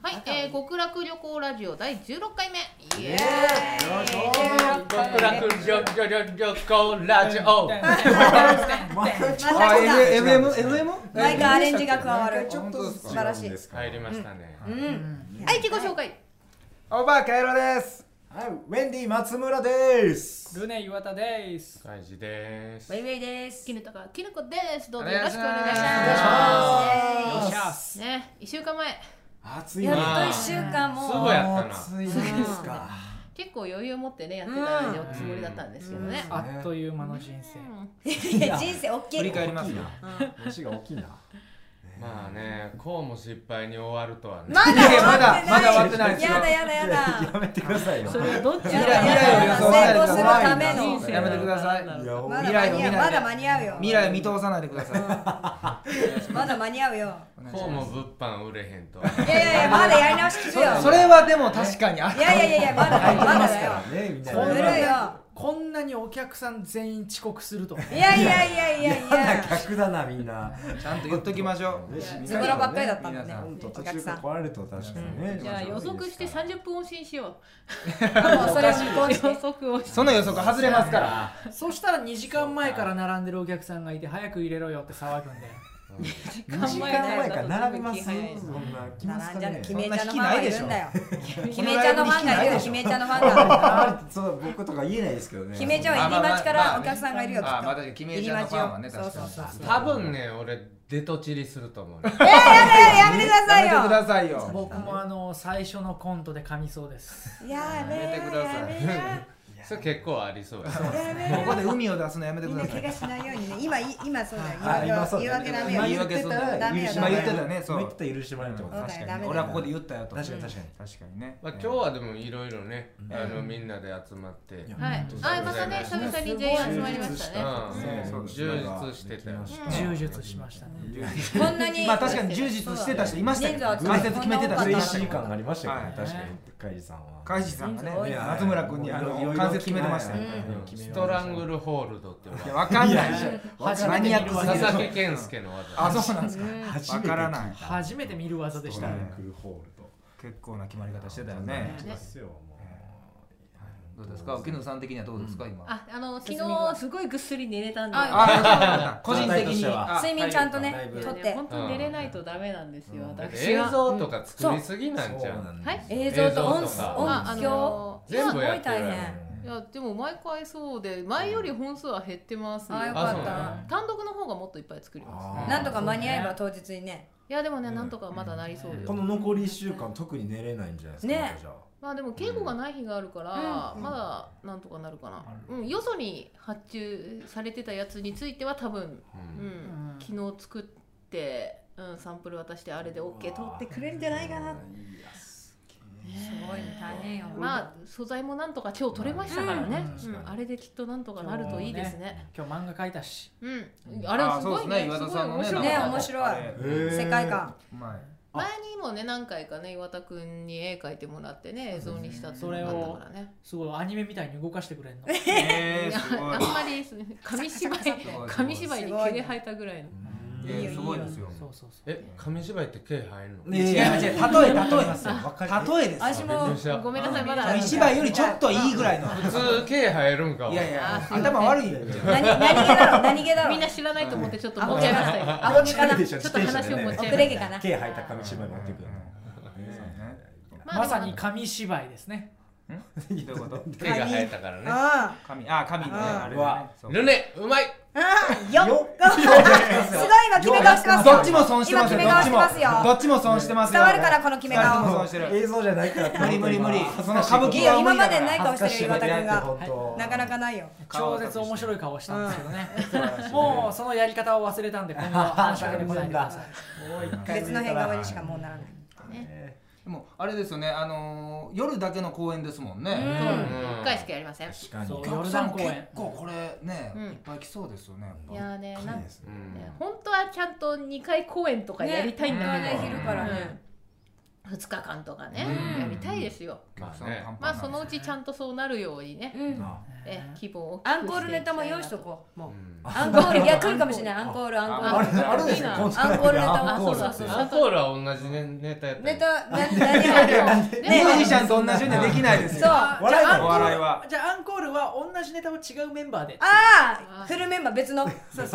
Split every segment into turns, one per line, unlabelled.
はい、えー、極楽旅行ラジオ第16回目イエーイ
極楽旅旅旅行ラジオ
あ、
た
M M M M？
毎回アレンジが加わる
ちょっと素
素晴らしい
入りましたね
うんはい自己紹介
オーバーカエロです。はい、ウェンディ松村です。
ルネ岩田です。
カイジです
ウェイウェイです
きぬたかきぬこですどうぞ
お
よ
願
ろ
い
し
し
くお
ます
願いし
お願いし
ま
よっしゃ
すね一週間前
暑い
やっと
な。
1週間も
すごいやったな
暑いですか。
結構余裕を持ってねやってたつもりだったんですけどね
あっという間の人生。
人生大き
振り
い
返りますよ。足が大きいな。
まあねこうも失敗に終わるとはね
まだ
いやまだまだ終わってないですよ
やだやだやだ
やめてくださいよ。
それはどっち
い
未
や
来未来を予想したりとか
成功するための
怖いなやめてください。
い
や
まだ
未
間
来
に合う
を見な
ま
いで
だ間に合うよ
未来を見通さないでください。
まだ間に合うよ
お願いし
こう
ま
も物販売れへんと
いやいやいやまだやり直し聞くよ
すそれはでも確かにあ
いやいやいやいやまだだよまだだよ
ねみんな
ずるいよ
ね。
こんなにお客さん全員遅刻するとは。
いやいやいやいやいや
逆だなみんな。
ちゃんと言っときましょう。
ズボラばっかりだったんだね
ほんと
お
途
客
中
さ
か
ん
ら来られると確かにね。
じゃあ予測して30分押しにしよ
もうそれを見
う予
越して
測をし
その予測外れますから。
そしたら2時間前から並んでるお客さんがいて早く入れろよって騒ぐんで。
2時間前から並びます。そんな来ます
並
か
んじゃう
ね。
決めちゃんのファンがいるんだよ決めちゃんのファンがいるよ決めちゃんのファンが
並んでそう僕とか言えないですけどね。
決めちゃう
ま
入
あ
り
まあまあ
待ちからお客さんがいるよきっ
あまあ
と
確かに決めちゃんのファンはね確かに。
そうそう
多分ね俺デトチリすると思うね
えー、やだよやめてください
やめてく
よ
ださいよ。
僕もあの最初のコントで噛みそうです。
やめ
やめてください
やめや
それ結構ありそうやね
やめ
ここで海を出すのやめて
み
く
んな
だ
怪
さい。
我しないようにね今い今そうだよ
あ
言い
今
訳
そう
言い
だ
訳
ね
ダメよ
今
言
言い訳
ってた
そう
ら
だ
ダメよ
許
今
しま
言っ
え
てたよね、そう。
言ってたら許してもらえるってこと
そうだよダメだよ
俺はここで言ったよと。
確かに確かに確かにね。
まあ今日はでもいろいろねあのみんなで集まって
いや
はいあまたね久々に全員集まりましたね
うん充実してたよ
充実しましたね。
こんなに
まあ確かに充実してた人いましたけど、
人数は
解説決めてた人いま
嬉
した
し
け
い
ど、
感がありました
は
よ
い
ね。確かにカイジさんは。
海士さんが
人数多い
ね、
ね
松村君にあの関節決めてましたよ。
ストラングルホールドって
い
技
や、わかんない。
初
マ
め
ニ
て
ア
見
ッ
る
クす
佐
ぎる
技。
々木健介の技
あ、そうなんですか。わ
わ
からない
初めて見る技で
で
し
したた。
ね。
ホールド。
結構な決まり方してたよね。
そうですよも
どうですか、沖野さん的にはどうですか、今。
ああの昨日すごいぐっすり寝れたんで
あ、そう なんだ個人的
状態とし
に。
ては
あ
睡眠ちゃんとね
だいぶ
とっ
いやね
て
本当に寝れないとダメなんですよ、私
映
は
像とか作りすぎなんじゃん
う。
はい
映像と音
映像とか
ああ
音響
の
全部やってる
すごい大変
いやでも毎回そうで前より本数は減ってますよ
あよ
あ
か
そうな
っ
単独の方がもっといっぱい作ります
た
ー
なんとか間に合えば当日にね
いやでもねなんとかまだなりそうです
この残り1週間特に寝れないんじゃないですか
ね
じゃあ
まあでも稽古がない日があるから、まだなんとかなるかな、うん、よそに発注されてたやつについては多分、うん
うん
昨日作って、うん、サンプル渡してあれで OK 取ってくれるんじゃないかな
すごいね大変よ
まあ素材もなんとか今日取れましたからね、うんあれできっとなんとかなるといいですね
今日漫画描いたし。
うん、あれはすごいね
あそうですね岩田さんのね
すごい面白かっ
ね
た
面白い世界観
うまい。
前にもね何回かね岩田くんに絵描いてもらってね映像にしたっていうのがあったからね
すごいアニメみたいに動かしてくれんの。
えー、す
あん
ごい。
まりそう紙芝居
ごい
紙芝居に毛で生えたぐらいの
いやすごいですよ。
そうそうそう。
え紙芝居って毛入るの
違う違う、例え、例え。例えです。
私も
びっくりした
ごめんなさいまだ
紙芝居よりちょっといいぐらいの。
普通毛入るんか
いやい
あ
や
す、いません
頭悪いよ。
何何気だろう何気だろう
みんな知らないと思ってちょっと持ち上がったよ
あこっちかな
でしょ
ちょっと話を持ち上
遅
げ
れ
て
毛かな
毛生えた紙芝居持ってくる
まさに紙芝居ですね。
どういうこと
毛が生えたからね
あ
紙、あ、紙ね、あれはね。そう
ルネうまい
あああよっすごい今決め顔してます
どっちも損してますよ。ど
今
っ
決
ち
め顔してますよ
も。どっちも損してますよ。
伝わるからこの決め
どっちも
顔
損してる。
映像じゃないから
無理無理無理。その歌舞
いい
伎
よ
は
今
無理
ま
だ
で
か
にない
ら。
顔してる岩田君がなかな
か
かないよ
超絶面白い顔をしたんですけどね。もうそのやり方を忘れたんで、今後は話しかけてこないでください。
別の変顔にしかもうならない
でもあれですよね。あのー夜だけの公演ですもん
う
ね。
うん
ん
一回しかやりませんい
確か
そう
に
お客
ヨル
さ
ダ
ん
ン公
結
演。
構これね、
うん
いっぱい来そうですよね。
やーねなん
ですね
うん
ね本当はちゃんと2回公演とかやりたいんだ
ね
け
本当はね昼から
ど、
ね
うん、2日間とかね
うん
やりたいですよ
お客さんパンパンなんですよ
まあそのうちちゃんとそうなるようにね
うん
あ
え希望を大きく
アンコー
し
ル
てい
ネ
きた
タ
いな
も用意しとこう。もう。
あ
アンコール、いや、来るかもしれない。アンコール、アンコー
あ
ル。
れあるんですね
いいな
コンサート
アンコールネタ
アンコール
あそうそうそう
アンコールは同じねネタやった
ネ
よ
タ、何、何やる
で
ミ
も
ュージシャンと同じようにはできないです
そう。
よ。
あ
笑い
アンコ
だ
お
ろ
ール
笑いは。
じゃあアンコールは同じネタを違うメンバーで
あー、フルメンバー別の。
そうそう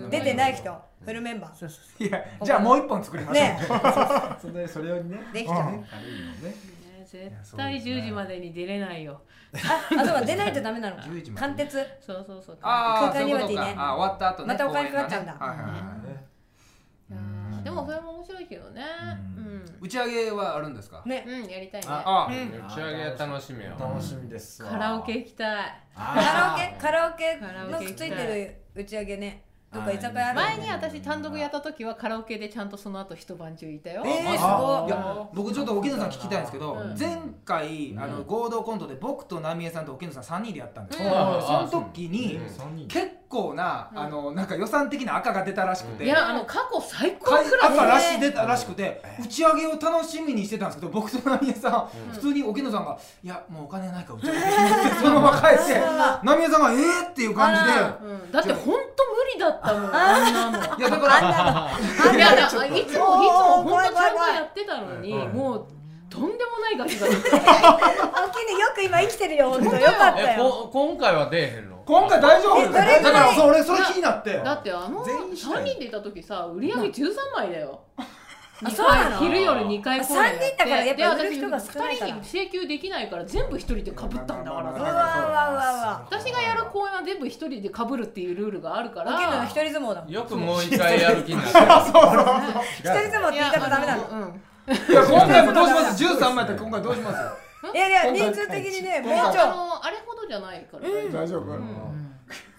そう
出てない人。フルメンバ
そうそう
いや、じゃあもう一本作り
ー。
ましょう。
ね
そんなにそれよりね
できちゃう
うん軽いのね
ね絶対10時までに出れないよ
あ、あとは出ないとダメなの
11。まで
貫徹。
そうそうそう
ああ、
空
そ
間
うい
に
う
は
ことか。
ね
あー終わった後ね。
またお金かかっちゃうんだ
公演がねはいはいはい
いやーでもそれも面白いけどね
う
打ち上げはあるんですか
ね。
うんうんやりたいね
ああ、
うん
打ち上げは楽しみよ
楽しみですわ
カラオケ行きたい
カラ
あ
オ
ー
ケ、カラオケ
カラオケ
の
行き
つ
たい
いてる打ち上げね。どっか居酒屋ある。
前に私単独やった時はカラオケでちゃんとその後一晩中いたよ
えー、すご
あ
い
い。
や僕ちょっと沖野さん聞きたいんですけど、
うん
前回あの合同コントで僕と浪江さんと沖野さん3人でやったんですよ、
うん
その時に
うん三人
結構な、あのなんか予算的な赤が出たらしくて、
いやあの過去最高
か
クラス
赤らし出たらしくて、打ち上げを楽しみにしてたんですけど僕と浪江さん、普通に沖野さんが「いやもうお金ないから打ち上げ」ってそのまま帰って浪江さんが「えー!」っていう感じ
あ
で
ら。
うんだって本当無理だったもんあんなの
いやだから
いやだからいつもいつも本当
怖
ちゃん
い怖い
と
怖い
やってたのにもうとんでもない額が出た
あ、きによく今生きてるよ。本当よかった
え
よ。
こ今回は出えへんの
今回大丈夫です
えどれぐらい
だからそう俺それ気になって
だってあの
全
3
員しない
人でいた時さ売り上げ13枚だよ
あ
二
そうな
回
の
昼夜2回公演
あ三人だからやっぱ
で
売る人が少ないから
私2人に請求できないから全部1人でかぶったんだか
まあまあまあ
ら
ま
うわ
あ
ーわーわーわ
私がやる公演は全部1人でかぶるっていうルールがあるか
ー。おきの
ら
一人相撲だもん。
よくもう一回やる気になった
一人相撲って言い方ダメなの。
いやあのうん
いや今回もどうします13枚やったら今回どうします
いやいや、人数的にね、もう
いや
ちょい。
あのあれほどじゃないから大丈夫
大丈夫、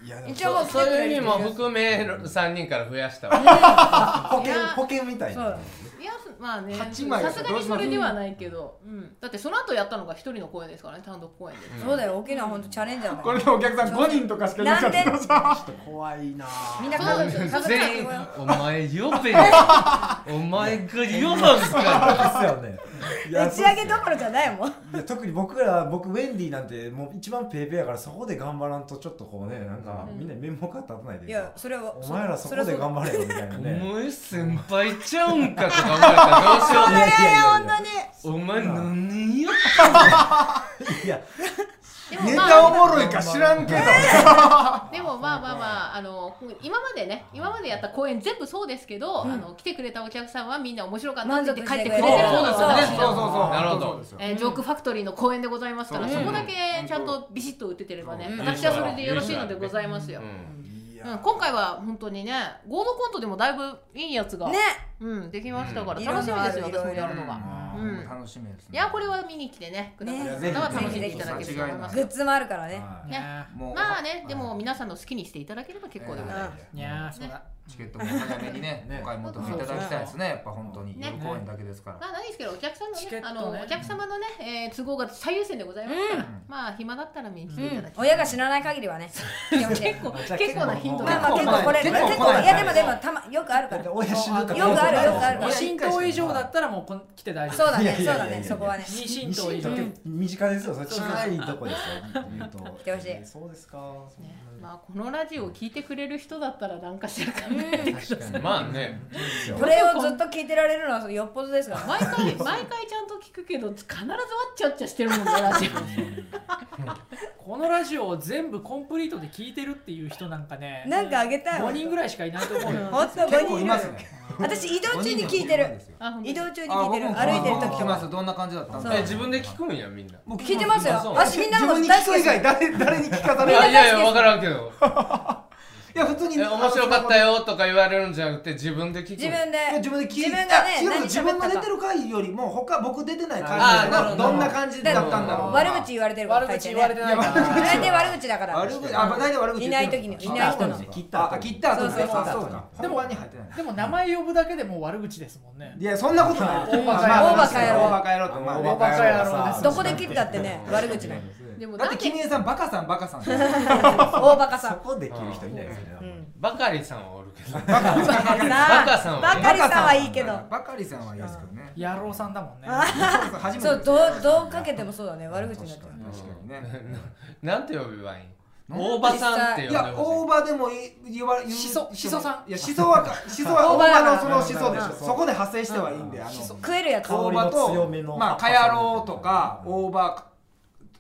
いやでも
一応もう来て
そう
くれ
いう
る
意
人
味も
いる
含め3人から増やしたわ
保険
いや
保険みたい
そう
な。
いやまあねさす
八
が
枚だから
にそれではないけど、うん、だってその後やったのが1人の公演ですからね単独公演で、
そうだよ、沖縄本当チャレンジャーだ
こ
よ
れ。でお客さん5人とかしかいなかった
なん
怖いな。
みんな
そう
家
ですよ
族、家族で
全
行
員
こうよ。
お前よべよお前がよなんすか
ですよね。いや
打ち上げどころじゃないもん。
いや特に僕ら僕ウェンディなんてもう一番ペーペーやからそこで頑張らんとちょっとこうねなんか
うん
みんなに面目が立たない
い
で
や
さ、。
それは。
お前らそこで頑張れよみたいな
お
ね。
前先輩ちゃうんかとか思われたらどうしよ
いやいや、
いやいやいや
本当に。
うお前何や
いや
で
ネ
もまあ
タおもろいか知らんけど、
でもまあまあまああの今までね今までやった公演全部そうですけど、あの来てくれたお客さんはみんな面白かったって言って帰ってくれてる
満
そう
足
です
してくれてる
ね
そうそうそうそう
なるほど
そうですよ
えージョークファクトリーの公演でございますから、
うん
そこだけちゃんとビシッと打ててればね、
うん
私はそれでよろしいのでございますよ、
いや
うん、今回は本当にね合同コントでもだいぶいいやつが、
ね。
うん、できましたから
うん
楽しみですよ、
いろいろあ
私もや
る
るのが。
あー楽しみですね
いやこれは見に来てね、くださる方は楽しんでいただけると思います
グ
よ
ッ。ズもあるからね。
は
ね
ね
もう
まあね、でも皆さんの好きにしていただければ結構でございます。
いやーそうだ
チケットも早めにね
ね
お買い求めいただきたいですねやっぱ本当に、夜公演だけですから、
まあ、何ですけど、お客さんの
チケ
ね
ッ、ト
あ
ね
の、お客様のね、えー都合が最優先でございますから、まあ、暇だったら見に来ていただきたい。
親が死なない限りはね。 結構。
じゃあ
結構な頻度
まあまあ、結構これ、結構、いや、でも、でも、たま、よくあるか
だ
ら。
って
よ
親死ぬから
くある、よくあるか
2
ら。
神道以上だったらもうこん来て大丈夫
そうだ
い
ね
や、
そ
いうやいや
だ
いやい
ね、
や
そこはね。
2神道以上
だって身近ですよそれ近いとこですよ言うと
来てほしい
そうですかそんな
ねまあ、このラジオを聞いてくれる人だったら、なんかしら考えてください。
うんまあね
これをずっと聞いてられるのはよっぽどですから。
毎回、毎回ちゃんと聞くけど、必ずわっちゃわっちゃしてるもんね、ラジオ。
このラジオを全部コンプリートで聞いてるっていう人なんかね
なんかあげたい。
5人
本
ぐらいしかいないと思うよ
当、
結
5
構
人
い
ぐ
ま
らい
す。ね
私、移動中に聞いてる。
あ、本当
移動中に
あ
聞いてる。歩いてる時
来
と
ま
か。
すどんな感じだったん
そ
で
う
え
す
自分で聞くんやみんな
聞いてますよ。
そう
私、みんな
自
のこ
分
と
に
大
聞
好
く
き
以外誰誰に聞か
い
される
やいやいや分からんけど
いや普通に
え面白かったよとか言われるんじゃなくて自分で聞く
自分で
いや。自分で聞い
自
て
分がね何
自分が
喋っ
出
たか
てる回よりも他僕出てない
あ
回
ーなる
が
ほど
どんな感じだったんだろうな
悪口言われてるわ
悪口言われてないから
書いてねそれで悪口だから。
悪口あ大体悪口言って
いない時にいない人の
切っ
あ
た
あ切った後
そうそうそう
あそうか
で
で
も
もに入ってない
でも名前呼ぶだけでもう悪口ですもんね
いやそんなことない
大バカ
まあ
大
まあ
バカ野郎
大バカ野郎ってまあ
大バカ野郎です
どこで切ったってね、悪口ね。
ね
でも
だ
な
っ
ん
て
で
君江さんバカさんバカさんって
大バカ
そ
さん。
こで切る人いないですよね。
バカリさんはおるけど
バカさん。
バカさんは
バ
ね
カリさんはいいけど。
バカリさんはいいですけどね
野郎さんだもんね。
そうそう初めて
そう、どう、どうかけてもそうだね。悪口になっちゃう。
確かにね
なんて呼べばいい大場さんって呼ん
い
で
や
ほ
大
し
葉でもい言わ言う
しそしそさ
いやしそはかしそは
大
大
葉
葉のそのしそでし
うん
ょそこで派生してはいいんであの
食えるやつ。
香
大
り
葉
の強めの
とまあかやろうとか大葉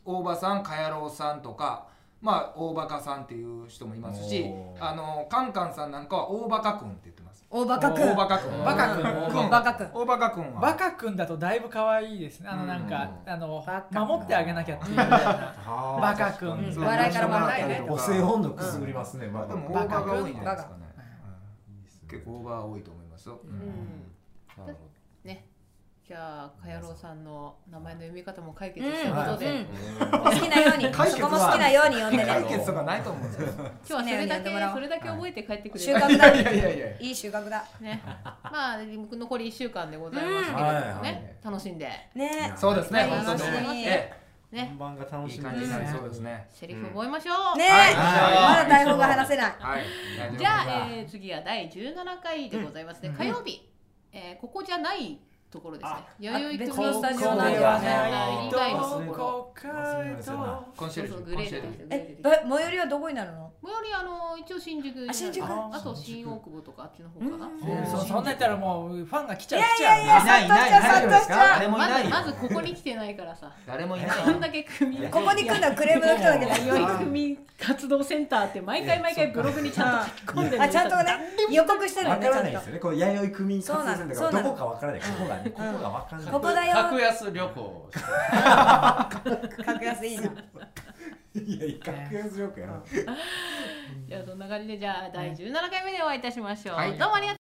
大葉さんかやろうさんとかまあ大バカさんっていう人もいますし
おー
あのカンカンさんなんかは大バカくんって言ってます
大バカく
大
ん。
バカくん
バカくん
うん
バカくん。
大バカくんは
バカ君だとだいぶ可愛いですね。あの
うん
なんか、あの
バカ
守ってあげなきゃっていうような。バカくん
うん笑いから笑いね
お世音のくすぐりますね。ま
で
だ
も
バ
大
カ
葉
く
が
ん
多いんじゃないですかね
バカ
うん結構大葉多いと思います ようん
いなるほど
じゃあかやろうさんの名前の読み方も解決したことで、
うんうん
うん
好きなように。
解
そ
決
こ
は
も好きなように呼んで
解
ね。
決とかないと思うんですけど
今日はそれだけ、
ねね
それだけ覚えて帰ってくれ
収
る、
穫
いやい
だ。
やいやいや
いい収穫だ。
ね、まあ残り1週間でございますけれども
うんはい
ね、楽しんで
ね。
そうですね
はい
本当
楽
に
しみ
え
ね
本番が
え
楽
いい
しみ
感じになりそうですね
セリフ覚えましょう、
ね
はい
まだ台本が話せない。
はい
じゃあ、えー次は第17回でございますね、火曜日、えーここじゃないところですね弥生
別
君
の
の
ス
ス
タ
タ
ジ
ジ
オ
オ
な
なんん
で
で
は
は
ね
ね以外のと
ど
ころ
こかへと。
コンシェ
そう
ルジ
そう
ュ
グレーですよグレー
コンシェルジュ
え
で、す
ど最寄りはどこになるの？
最寄りあの一応新宿になる
あ新宿
あと新大久保とかあっちの方かな
うん
うんそそんなん言ったらもうファンが来ちゃう
い
来ち
やいやい
ゃ
や、
う。
サッとしちゃう、サッとしちゃう。
誰もい
ま
ない
ず
よ
まずここに来てないからさ
誰もいない
こんだけ 組
ここに来るのはクレームの人だけだ
弥生組活動センターって毎回毎回ブログにちゃんと書き込んでる
あ、ちゃんとね、予告してる
わ
の
か
ね、ち
ら
ゃ
ないで
ん
すよね。こう弥生組活動するんだ
そう
か
な
ら
の
どこかわからない。ここがね、ここがわからない。
ここだよ
格安旅行をして
と。格安いいな。
いやいや、格安よくやな。
じゃあそんな感じでじゃあ第17回目でお会いいたしましょう、
はい
どうもありがとうございました